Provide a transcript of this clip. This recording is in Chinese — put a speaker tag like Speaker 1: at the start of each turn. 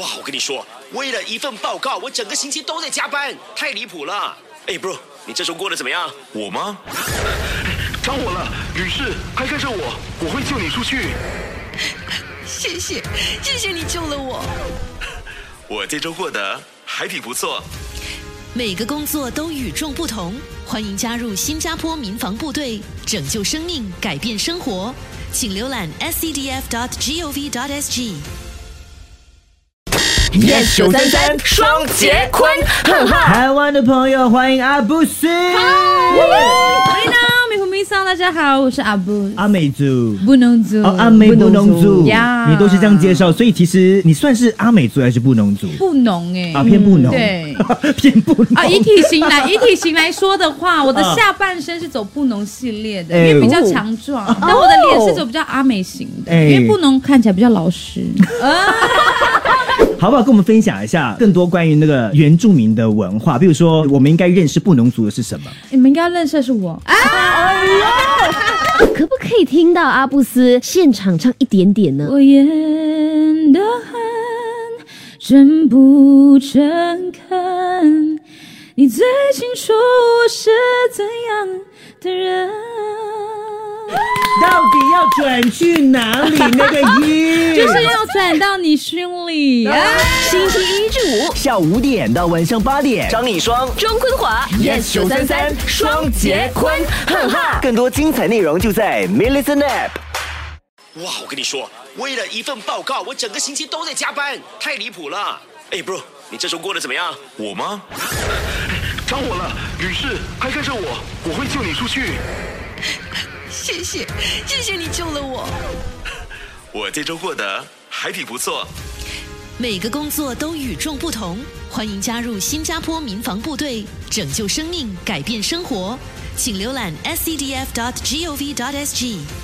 Speaker 1: 哇，我跟你说，为了一份报告，我整个星期都在加班，太离谱了。哎，bro，你这周过得怎么样？
Speaker 2: 我吗？
Speaker 3: 找我了，女士，快跟上我，我会救你出去。
Speaker 4: 谢谢，谢谢你救了我。
Speaker 2: 我这周过得还挺不错。
Speaker 5: 每个工作都与众不同，欢迎加入新加坡民防部队，拯救生命，改变生活。请浏览 scdf.gov.sg。
Speaker 6: yes 九三三双节坤，哈哈。
Speaker 7: 台湾的朋友，欢迎阿布斯、
Speaker 8: 欢迎美国米莎，大家好，我是阿布
Speaker 7: 阿美族。
Speaker 8: 布农族，
Speaker 7: 哦，阿美
Speaker 8: 嗯
Speaker 7: 布农族，
Speaker 8: 呀，
Speaker 7: 你都是这样介，绍，所以其实你算是阿美族还是布农族
Speaker 8: 布农哎，
Speaker 7: 啊？偏布农，
Speaker 8: 对，
Speaker 7: 偏布农
Speaker 8: 啊，以体型来， 以体型来说的话，我的
Speaker 7: 啊
Speaker 8: 下半身是走布农系列的，
Speaker 7: 哎哦
Speaker 8: 因为比较强壮，但我的脸是走比较阿美型的，
Speaker 7: 哎
Speaker 8: 因为布农看起来比较老实。
Speaker 7: 好不好？跟我们分享一下更多关于那个原住民的文化，比如说我们应该认识布农族的是什么？
Speaker 8: 你们应该认识的是我，
Speaker 6: 可不可以听到阿布斯现场唱一点点呢？
Speaker 8: 我演得很真不诚恳，你最清楚我是怎样的人。
Speaker 7: 到底要转去哪里？那个 音
Speaker 8: 就是要转到你心里。
Speaker 6: 星期一至五，
Speaker 7: 下午五点到晚上八点。
Speaker 9: 张一双，
Speaker 6: 钟坤华
Speaker 9: Yes 933双节
Speaker 6: 坤，哈哈。
Speaker 9: 更多精彩内容就在 m i l l i c e n App。
Speaker 1: 哇，我跟你说，为了一份报告，我整个星期都在加班，太离谱了。哎，bro，你这周过得怎么样？
Speaker 2: 我吗？
Speaker 3: 找我了，女士，快跟上我，我会救你出去。
Speaker 4: 谢谢，谢谢你救了我。
Speaker 2: 我这周过得还挺不错。
Speaker 5: 每个工作都与众不同，欢迎加入新加坡民防部队，拯救生命，改变生活。请浏览 scdf.gov.sg。